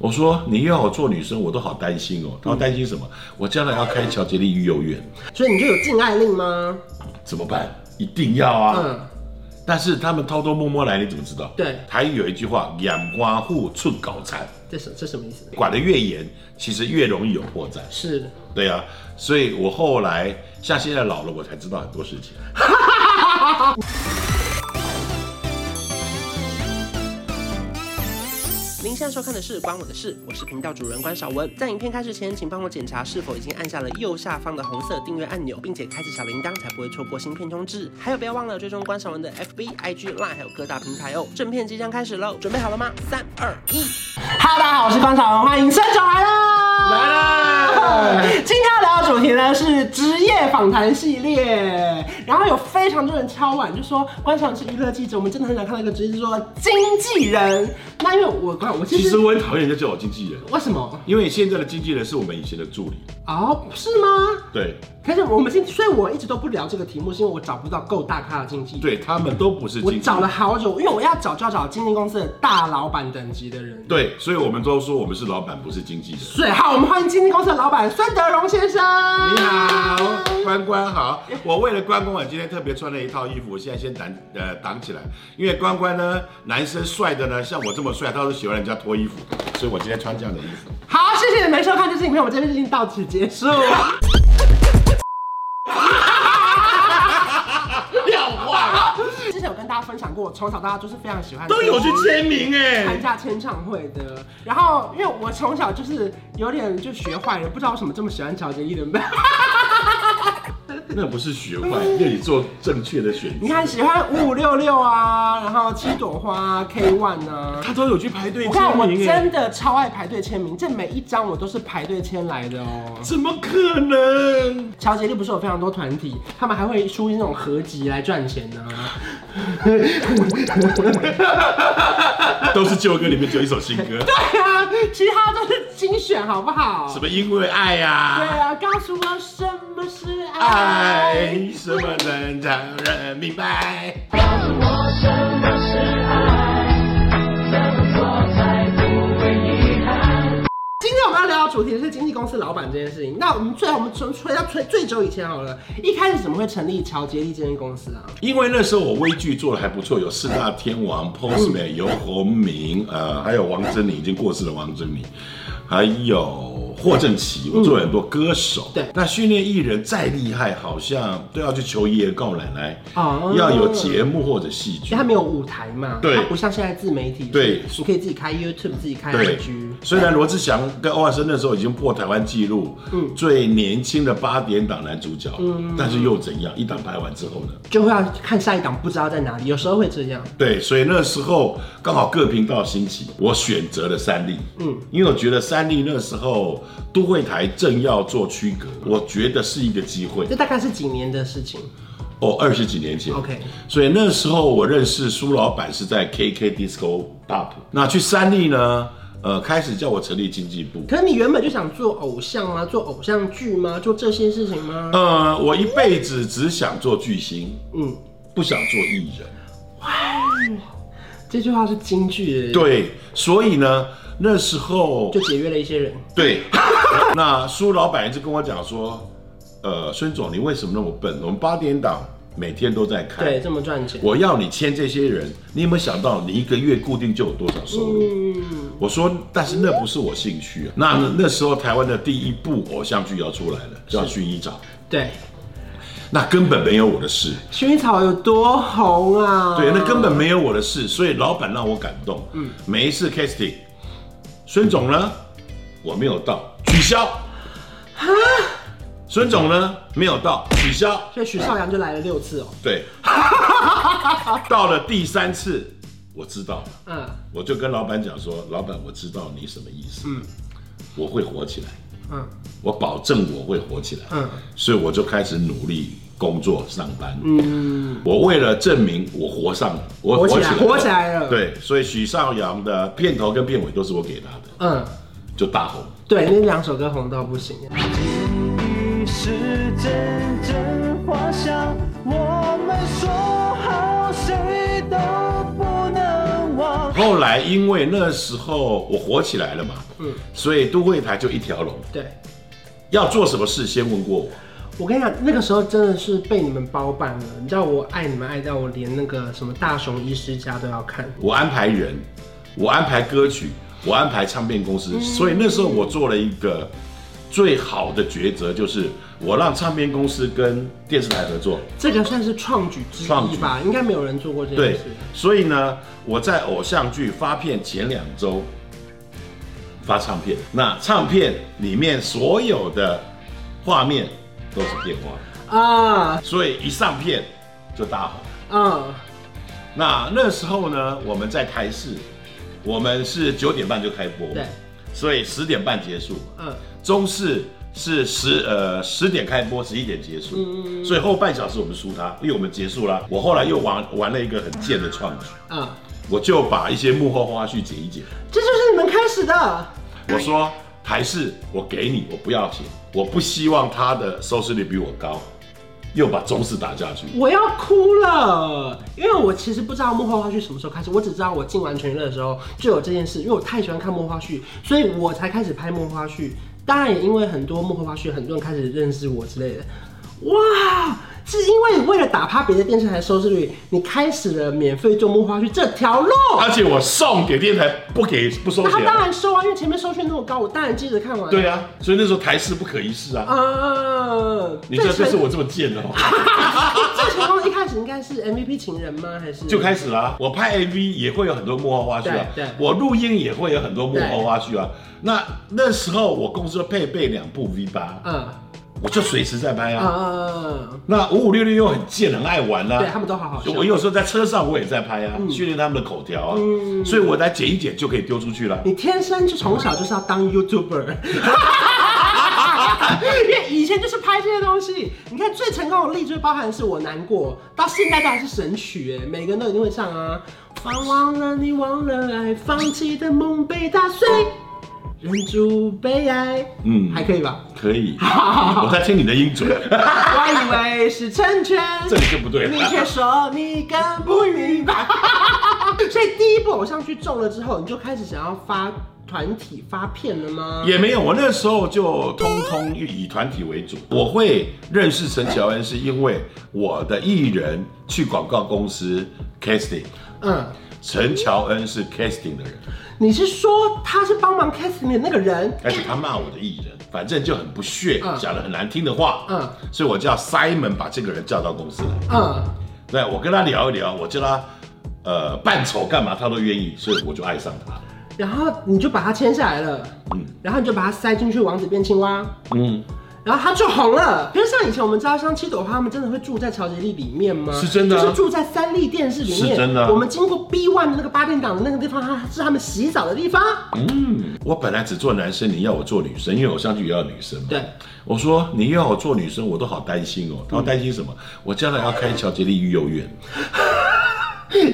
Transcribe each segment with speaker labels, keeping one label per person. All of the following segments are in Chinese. Speaker 1: 我说你又要我做女生，我都好担心哦。
Speaker 2: 嗯
Speaker 1: 他说担心什么？我将来要开乔杰利育幼院，
Speaker 2: 所以你就有禁爱令吗？
Speaker 1: 怎么办？一定要啊！
Speaker 2: 嗯，
Speaker 1: 但是他们偷偷摸摸来，你怎么知道？
Speaker 2: 对
Speaker 1: 台语有一句话“眼光户出搞惨
Speaker 2: 这什这什么意思”，？
Speaker 1: 管得越严，其实越容易有破绽。
Speaker 2: 是，
Speaker 1: 对啊，所以我后来像现在老了，我才知道很多事情。
Speaker 2: 您现在收看的是《关我的事》，我是频道主人关少文。在影片开始前，请帮我检查是否已经按下了右下方的红色订阅按钮，并且开启小铃铛，才不会错过新片通知。还有，不要忘了追踪关少文的 FB、IG、Line，还有各大平台哦。正片即将开始喽，准备好了吗？三、二、一！Hello，大家好，我是关少文，欢迎三长来啦！
Speaker 1: 来啦！
Speaker 2: 今天要聊的主题呢是职业访谈系列，然后有非常多人敲碗就说，观赏是娱乐记者，我们真的很想看到一个职业，就是说经纪人。那因为我观我其
Speaker 1: 其
Speaker 2: 实
Speaker 1: 实我很讨厌人家叫我经纪人，哦
Speaker 2: 为什么？
Speaker 1: 因为现在的经纪人是我们以前的助理。
Speaker 2: 哦，是吗？
Speaker 1: 对，
Speaker 2: 可是我们现，所以我一直都不聊这个题目，是因为我找不到够大咖的经纪人。
Speaker 1: 对他们都不是
Speaker 2: 我
Speaker 1: 经纪
Speaker 2: 找了
Speaker 1: 人。
Speaker 2: 好久，因为我要找就要找经纪公司的大老板等级的人。
Speaker 1: 对，所以我们都说我们是老板，不是经纪人。
Speaker 2: 所以好，我们欢迎经纪公司的老板孙德荣先生。
Speaker 1: 你好，关关好。我为了关关，我今天特别穿了一套衣服，我现在先挡呃挡起来，因为关关呢，男生帅的呢，像我这么帅，他都喜欢人家脱衣服，所以我今天穿这样的衣服。
Speaker 2: 好，谢谢你们收看这支影片，我们这边已经到此结束。
Speaker 1: 廖化
Speaker 2: 之前有跟大家分享过，我从小到大就是非常喜欢
Speaker 1: 都有去签名
Speaker 2: 参
Speaker 1: 哎，
Speaker 2: 加签唱会的。然后，因为我从小就是有点就学坏了，不知道为什么这么喜欢乔杰伊的妹。
Speaker 1: 那不是学坏，要你做正确的选
Speaker 2: 你
Speaker 1: 择。
Speaker 2: 看，喜欢五五六六啊，然后七朵花、K One 啊。
Speaker 1: 他都有去排队
Speaker 2: 我看我
Speaker 1: 签名哎，
Speaker 2: 真的超爱排队签名，这每一张我都是排队签来的哦。
Speaker 1: 怎么可能？
Speaker 2: 乔杰利不是有非常多团体，他们还会出那种合集来赚钱呢、
Speaker 1: 都是旧歌里面只有一首新歌，
Speaker 2: 对啊，其他都是精选，好不好？
Speaker 1: 什么因为爱呀、
Speaker 2: 对啊，告诉我什么是
Speaker 1: 啊
Speaker 2: 爱。
Speaker 1: 爱什么能让人明白？
Speaker 3: 问我什么是爱，怎么做才不会遗憾？
Speaker 2: 今天我们要聊的主题是经纪公司老板这件事情。那我们最好我们从推到最最久以前好了，一开始怎么会成立乔杰利这间公司啊？
Speaker 1: 因为那时候我微剧做的还不错，有四大天王
Speaker 2: 嗯
Speaker 1: Postman、游鸿明，呃，还有王珍妮已经过世的王珍妮，还有霍正奇，我做了很多歌手。
Speaker 2: 嗯对
Speaker 1: 那训练艺人再厉害，好像都要去求爷爷告奶奶，
Speaker 2: 哦
Speaker 1: 要有节目或者戏
Speaker 2: 因
Speaker 1: 剧
Speaker 2: 为它。没有舞台嘛，
Speaker 1: 对
Speaker 2: 它不像现在自媒体，
Speaker 1: 对
Speaker 2: 你可以自己开 YouTube，自己开
Speaker 1: 对
Speaker 2: IG，，
Speaker 1: 虽然罗志祥跟欧阳生那时候已经破台湾纪录，
Speaker 2: 嗯
Speaker 1: 最年轻的八点档男主角，但是又怎样？一档拍完之后呢？
Speaker 2: 就会要看下一档不知道在哪里，有时候会这样。
Speaker 1: 对，所以那时候刚好各频道兴起，我选择了三立，嗯，因为我觉得三立那时候都会台正要做区隔，
Speaker 2: 嗯
Speaker 1: 我觉得是一个机会
Speaker 2: 这。大概是几年的事情
Speaker 1: 哦，二十几年前
Speaker 2: ？OK，
Speaker 1: 所以那时候我认识苏老板是在 KK Disco Pub，那去三立呢，呃，开始叫我成立经济部。
Speaker 2: 可是你原本就想做偶像吗？做偶像剧吗？做这些事情吗？
Speaker 1: 呃，我一辈子只想做巨星，
Speaker 2: 嗯，
Speaker 1: 不想做艺人。
Speaker 2: 这句话是京剧，，
Speaker 1: 对，所以呢，那时候
Speaker 2: 就节约了一些人。
Speaker 1: 对， 那苏老板一直跟我讲说，呃，孙总，你为什么那么笨？我们八点档每天都在开，
Speaker 2: 对，这么赚钱。
Speaker 1: 我要你签这些人，你有没有想到你一个月固定就有多少收入？
Speaker 2: 嗯，
Speaker 1: 我说，但是那不是我兴趣啊。那那时候台湾的第一部偶像剧要出来了，叫《薰衣草》，
Speaker 2: 对，
Speaker 1: 那根本没有我的事。
Speaker 2: 薰衣草有多红啊？
Speaker 1: 对，那根本没有我的事，所以老板让我感动。哦嗯，每一次 casting，孙总呢，我没有到，取消。孙总呢，没有到，取消。
Speaker 2: 所以许绍洋就来了六次哦。
Speaker 1: 对，到了第三次，我知道了，
Speaker 2: 嗯
Speaker 1: 我就跟老板讲说，老板，我知道你什么意思，嗯，我会火起来，
Speaker 2: 嗯
Speaker 1: 我保证我会火起来，
Speaker 2: 嗯
Speaker 1: 所以我就开始努力工作上班。嗯，我为了证明我活上，我
Speaker 2: 活起来
Speaker 1: 了
Speaker 2: 活起来了
Speaker 1: 对，所以许绍洋的片头跟片尾都是我给他的，
Speaker 2: 嗯，哎
Speaker 1: 就大红。
Speaker 2: 对，那两首歌红到不行。
Speaker 4: 你是阵阵花香，我们说好谁都不能忘，
Speaker 1: 后来因为那时候我火起来了嘛，
Speaker 2: 嗯
Speaker 1: 所以都会台就一条龙，
Speaker 2: 对，
Speaker 1: 要做什么事先问过我。
Speaker 2: 我跟你讲，那个时候真的是被你们包办了。你知道我爱你们爱到我连那个什么大雄医师家都要看。
Speaker 1: 我安排人，我安排歌曲，我安排唱片公司，所以那时候我做了一个最好的抉择，就是我让唱片公司跟电视台合作。
Speaker 2: 这个算是创举之
Speaker 1: 创
Speaker 2: 一
Speaker 1: 举
Speaker 2: 吧，应该没有人做过这件
Speaker 1: 对
Speaker 2: 事。，
Speaker 1: 所以呢，我在偶像剧发片前两周发唱片，那唱片里面所有的画面都是电话，
Speaker 2: 啊
Speaker 1: 所以一上片就大红。
Speaker 2: 啊
Speaker 1: 那那时候呢，我们在台视，我们是九点半就开播，
Speaker 2: 对，
Speaker 1: 所以十点半结束。
Speaker 2: 嗯，
Speaker 1: 中视是十呃十点开播，十一点结
Speaker 2: 嗯
Speaker 1: 束，所以后半小时我们输他，因为我们结束了。我后来又玩玩了一个很贱的创举，
Speaker 2: 啊，
Speaker 1: 我就把一些幕后花絮剪一剪。
Speaker 2: 这就是你们开始的。
Speaker 1: 我说台视，我给你，我不要钱，我不希望他的收视率比我高，又把中视打下去。
Speaker 2: 我要哭了，因为我其实不知道幕后花絮什么时候开始，我只知道我进完全娱乐的时候就有这件事，因为我太喜欢看幕后花絮，所以我才开始拍幕后花絮。当然也因为很多幕后花絮，很多人开始认识我之类的。哇，是因为你为了打趴别的电视台收视率，你开始了免费做幕后花絮这条路。
Speaker 1: 而且我送给电台，不给不收
Speaker 2: 那他
Speaker 1: 钱
Speaker 2: 当
Speaker 1: 啊。
Speaker 2: 然收啊，因为前面收视率那么高，我当然接着看完。
Speaker 1: 对啊，所以那时候台视不可一世
Speaker 2: 哦
Speaker 1: 啊。
Speaker 2: 啊，
Speaker 1: 你知道这
Speaker 2: 最
Speaker 1: 是
Speaker 2: 成
Speaker 1: 我这么贱的 哦。
Speaker 2: 最成功的一开始应该是 MVP 情人吗？还是
Speaker 1: 就开始啦、啊我拍 AV 也会有很多幕后花絮啊，
Speaker 2: 对对
Speaker 1: 我录音也会有很多幕后花絮啊。那那时候我公司配备两部 V 八、
Speaker 2: 嗯
Speaker 1: 我就随时在拍
Speaker 2: 啊
Speaker 1: 啊。
Speaker 2: 啊。
Speaker 1: 那五五六六又很贱，很爱玩啦、
Speaker 2: 对他们都好好笑嗯
Speaker 1: 我有时候在车上我也在拍啊，训练他们的口条啊，所以我来剪一剪就可以丢出去了。
Speaker 2: 你天生就从小就是要当 YouTuber，因为以前就是拍这些东西。你看最成功的例子，包含是我难过，到现在都还是神曲，哎，每个人都一定会唱啊。忘忘了你忘了爱，放弃的梦被打碎，忍住悲哀，嗯，
Speaker 1: 嗯
Speaker 2: 还可以吧？
Speaker 1: 可 以，我在听你的音准，
Speaker 2: 我以为是成全，
Speaker 1: 这里就不对了
Speaker 2: 你却说你更不明白。 所以第一部偶像剧中了之后，你就开始想要发团体发片了吗？
Speaker 1: 也没有。我那时候就通通以团体为主。我会认识陈乔恩，是因为我的艺人去广告公司 casting。
Speaker 2: 嗯，
Speaker 1: 陈乔恩是 casting 的人，
Speaker 2: 你是说他是帮忙 casting 的那个人？
Speaker 1: 而且他骂我的艺人，反正就很不屑
Speaker 2: 嗯，
Speaker 1: 讲了很难听的话。
Speaker 2: 嗯
Speaker 1: 嗯，所以我叫 Simon 把这个人叫到公司来。
Speaker 2: 嗯，
Speaker 1: 对，我跟他聊一聊，我叫他呃扮丑干嘛，他都愿意，所以我就爱上他了。
Speaker 2: 然后你就把他签下来了，然后你就把他塞进去王子变青蛙，
Speaker 1: 嗯，
Speaker 2: 然后他就红了。因为像以前我们知道，像七朵花他们真的会住在乔杰利里面吗？
Speaker 1: 是真的啊
Speaker 2: 就是住在三立电视里面。
Speaker 1: 是真的啊
Speaker 2: 我们经过 B One 的那个八点档的那个地方，它是他们洗澡的地方。
Speaker 1: 我本来只做男生，你要我做女生，因为偶像剧也要女生嘛。
Speaker 2: 对，
Speaker 1: 我说你要我做女生，我都好担心
Speaker 2: 嗯
Speaker 1: 哦。他说担心什么？我将来要开乔杰利育幼院。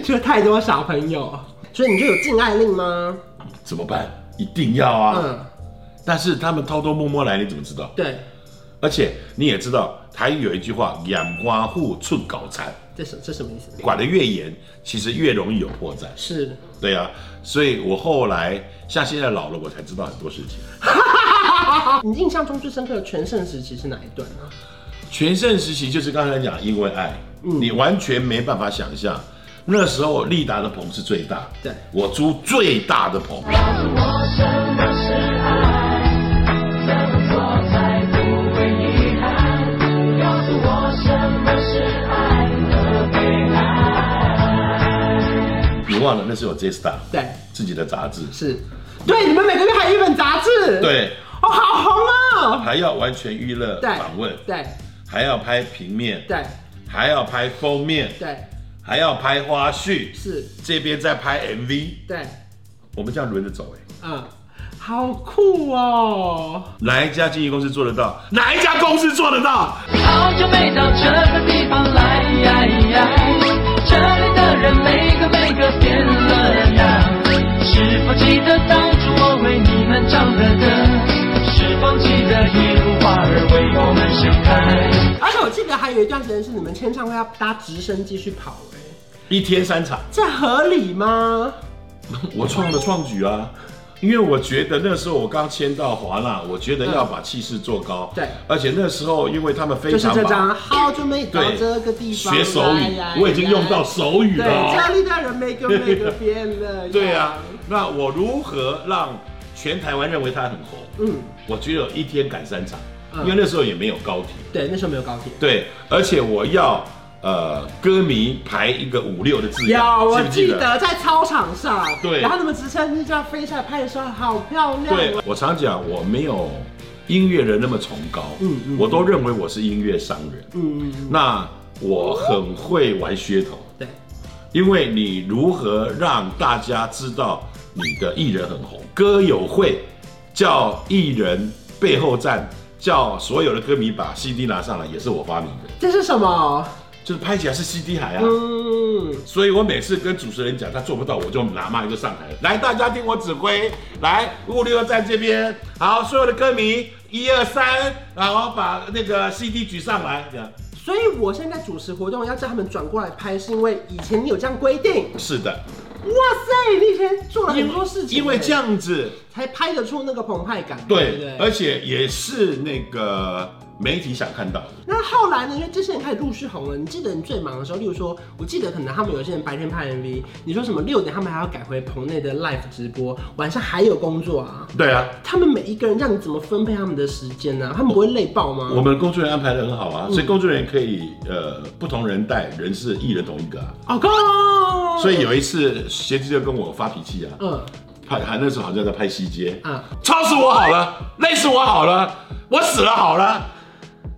Speaker 2: 就太多小朋友，所以你就有禁爱令吗？
Speaker 1: 怎么办？一定要啊！
Speaker 2: 嗯，
Speaker 1: 但是他们偷偷摸摸来，你怎么知道？
Speaker 2: 对，
Speaker 1: 而且你也知道，台语有一句话“眼光户出搞残
Speaker 2: 这什这什么意思”，？
Speaker 1: 管得越严，其实越容易有破绽。
Speaker 2: 是
Speaker 1: 对啊，所以我后来像现在老了，我才知道很多事情。
Speaker 2: 啊，你印象中最深刻的全盛时期是哪一段啊呢、
Speaker 1: 全盛时期就是刚才讲，因为爱，
Speaker 2: 嗯
Speaker 1: 你完全没办法想象，那时候利达的棚是最大，
Speaker 2: 对
Speaker 1: 我租最大的棚，
Speaker 3: 我什么是爱？怎么做才不会遗憾？告诉我什么是爱和被爱？
Speaker 1: 你忘了那是有 J Star
Speaker 2: 对，
Speaker 1: 自己的杂志，
Speaker 2: 是，对，你们每个月还有一本杂志，，
Speaker 1: 对，
Speaker 2: 哦，好红啊、
Speaker 1: 还要完全娱乐
Speaker 2: 对
Speaker 1: 访问，
Speaker 2: 对
Speaker 1: 还要拍平面，
Speaker 2: 对
Speaker 1: 还要拍封面，
Speaker 2: 对，
Speaker 1: 还要拍花絮，
Speaker 2: 是，
Speaker 1: 这边在拍 MV，
Speaker 2: 对，
Speaker 1: 我们这样轮着走哎、
Speaker 2: 嗯，好酷哦，
Speaker 1: 哪一家经纪公司做得到？哪一家公司做得到？
Speaker 3: 好久没到这个地方来，这里的人每个每个变了样。是否记得当初我为你们唱的歌？是否记得一路花儿为我们盛开？
Speaker 2: 而且我记得还有一段时间是你们签欸唱会要搭直升机去跑、哎，
Speaker 1: 一天三场，
Speaker 2: 这合理吗？
Speaker 1: 我创了创举啊，因为我觉得那时候我刚签到华纳，我觉得要把气势做高。
Speaker 2: 嗯对
Speaker 1: 而且那时候因为他们非
Speaker 2: 就是
Speaker 1: 常
Speaker 2: 这
Speaker 1: 忙
Speaker 2: 张，好久没到
Speaker 1: 对
Speaker 2: 这个地方
Speaker 1: 学手
Speaker 2: 来
Speaker 1: 语
Speaker 2: 呀，
Speaker 1: 我已经用到手语
Speaker 2: 对，
Speaker 1: 了。
Speaker 2: 家里的人没个没个变了。
Speaker 1: 对啊，，那我如何让全台湾认为他很红？
Speaker 2: 嗯，
Speaker 1: 我只有一天赶三场，
Speaker 2: 嗯
Speaker 1: 因为那时候也没有高铁。
Speaker 2: 对，那时候没有高铁。
Speaker 1: 对，而且我要呃歌迷排一个五六的字
Speaker 2: 有，
Speaker 1: 样，
Speaker 2: 我
Speaker 1: 记不
Speaker 2: 记
Speaker 1: 记得？
Speaker 2: 得在操场上，
Speaker 1: 对
Speaker 2: 然后你们直升机这样飞下来拍的时候，好漂亮。啊
Speaker 1: 对，我常讲我没有音乐人那么崇高，
Speaker 2: 嗯嗯
Speaker 1: 我都认为我是音乐商人。
Speaker 2: 嗯，嗯，
Speaker 1: 那我很会玩噱头，
Speaker 2: 对，
Speaker 1: 因为你如何让大家知道你的艺人很红，歌友会叫艺人背后站，叫所有的歌迷把 CD 拿上来，也是我发明的，
Speaker 2: 这是什么？
Speaker 1: 就是拍起来是 CD 海啊。
Speaker 2: 嗯，
Speaker 1: 所以我每次跟主持人讲他做不到，我就拿麦就上台了。来，大家听我指挥，来五六站这边，好，所有的歌迷一二三，然后把那个 CD 举上来，这样。
Speaker 2: 所以我现在主持活动要叫他们转过来拍，是因为以前你有这样规定。
Speaker 1: 是的，
Speaker 2: 哇塞，你以前做了很多事情，
Speaker 1: 因为这样子，
Speaker 2: 才拍得出那个澎湃感。
Speaker 1: 对，哎
Speaker 2: 不对
Speaker 1: 而且也是那个媒体想看到的。
Speaker 2: 那后来呢？因为这些人开始陆续红了。你记得你最忙的时候，例如说，我记得可能他们有些人白天拍 MV，你说什么六点他们还要改回棚内的 live 直播，晚上还有工作啊。
Speaker 1: 对啊，
Speaker 2: 他们每一个人让你怎么分配他们的时间呢、他们不会累爆吗？
Speaker 1: 我们工作人员安排的很好啊，所以工作人员可以呃不同人带，人是艺人同一个啊。
Speaker 2: 哦够。
Speaker 1: 所以有一次，贤弟就跟我发脾气啊，
Speaker 2: 嗯
Speaker 1: 他他那时候好像在拍西街，
Speaker 2: 啊，
Speaker 1: 吵死我好了，累死我好了，我死了好了，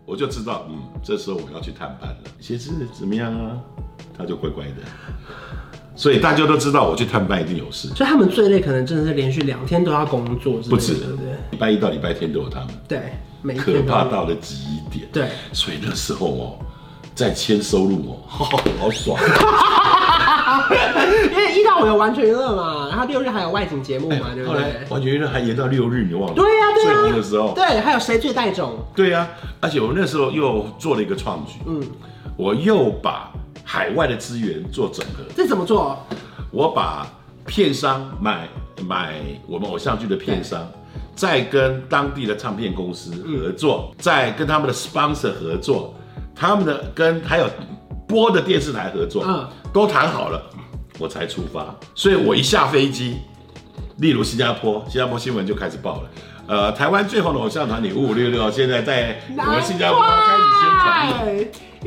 Speaker 1: 我就知道，嗯，这时候我要去探班了。其实怎么样啊？他就乖乖的，所以大家都知道我去探班一定有事，
Speaker 2: 所以他们最累可能真的是连续两天都要工作之类的，
Speaker 1: 不止
Speaker 2: 对不对？
Speaker 1: 礼拜一到礼拜天都有他们，
Speaker 2: 对，每一天都
Speaker 1: 可
Speaker 2: 有
Speaker 1: 怕到了极点。
Speaker 2: 对
Speaker 1: 所以那时候哦，在签收入哦， 好爽。
Speaker 2: 因为一到五有完全娱乐嘛，然后六日还有外景节目嘛，对不
Speaker 1: 哎后
Speaker 2: 对
Speaker 1: 来？完全娱乐还延到六日，你忘了？
Speaker 2: 对呀、对呀、
Speaker 1: 最红的时候。
Speaker 2: 对，还有谁最带种？
Speaker 1: 对呀、而且我那时候又做了一个创举，嗯，我又把海外的资源做整合，
Speaker 2: 这怎么做？
Speaker 1: 我把片商买买我们偶像剧的片商，再跟当地的唱片公司合作，再跟他们的 sponsor 合作，他们的跟还有播的电视台合作，
Speaker 2: 嗯
Speaker 1: 都谈好了，我才出发。所以我一下飞机，例如新加坡，新加坡新闻就开始报了。呃，台湾最红的偶像团体五五六六现在在我们新加坡开始宣传了。
Speaker 2: 难怪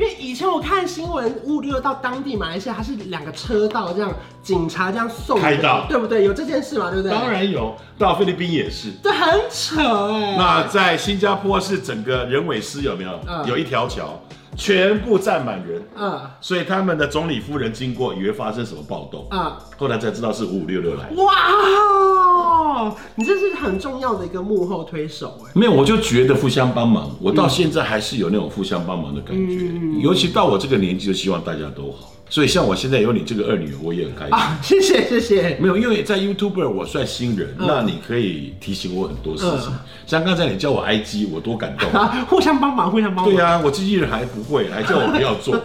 Speaker 2: 因为以前我看新闻，物流到当地马来西亚，它是两个车道这样，警察这样送的
Speaker 1: 开道
Speaker 2: 对不对？有这件事嘛，对不对？
Speaker 1: 当，然有，到菲律宾也是。
Speaker 2: 这很扯哎、
Speaker 1: 那在新加坡是整个人尾狮有没有？
Speaker 2: 嗯
Speaker 1: 有一条桥，全部站满人，
Speaker 2: 嗯
Speaker 1: 所以他们的总理夫人经过，以为发生什么暴动，
Speaker 2: 嗯，
Speaker 1: 后来才知道是五五六六来。
Speaker 2: 哇，你这是很重要的一个幕后推手哎、
Speaker 1: 没有，我就觉得互相帮忙，我到现在还是有那种互相帮忙的感觉，
Speaker 2: 嗯
Speaker 1: 尤其到我这个年纪，就希望大家都好。所以像我现在有你这个二女儿，我也很开心。
Speaker 2: 啊，谢谢谢谢，
Speaker 1: 没有，因为在 YouTuber 我算新人，那你可以提醒我很多事情，
Speaker 2: 嗯
Speaker 1: 像刚才你叫我 IG，我多感动。
Speaker 2: 啊，互相帮忙，互相帮忙。
Speaker 1: 对呀、我经纪人还不会，还叫我不要 做。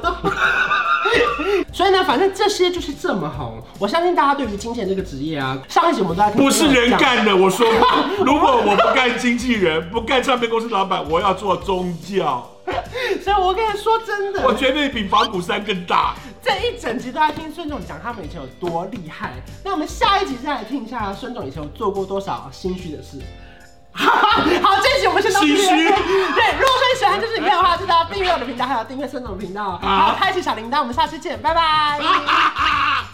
Speaker 2: 所以呢，反正这些就是这么红。我相信大家对于金钱这个职业啊，上一集我们都在听
Speaker 1: 不是人
Speaker 2: 讲
Speaker 1: 干的，我说过，如果我不干经纪人，不干唱片公司老板，我要做宗教，
Speaker 2: 所以我跟你说真的，
Speaker 1: 我绝对比法鼓山更大。
Speaker 2: 这一整集都在听孙总讲他们以前有多厉害。那我们下一集再来听一下孙总以前有做过多少心虚的事。 好，这一集我们先到这边。
Speaker 1: 心虚
Speaker 2: 对，如果说你喜欢这支影片的话，记得要订阅我的频道，还有订阅孙总的频道，还有开启小铃铛。我们下期见，拜拜。
Speaker 1: 啊啊啊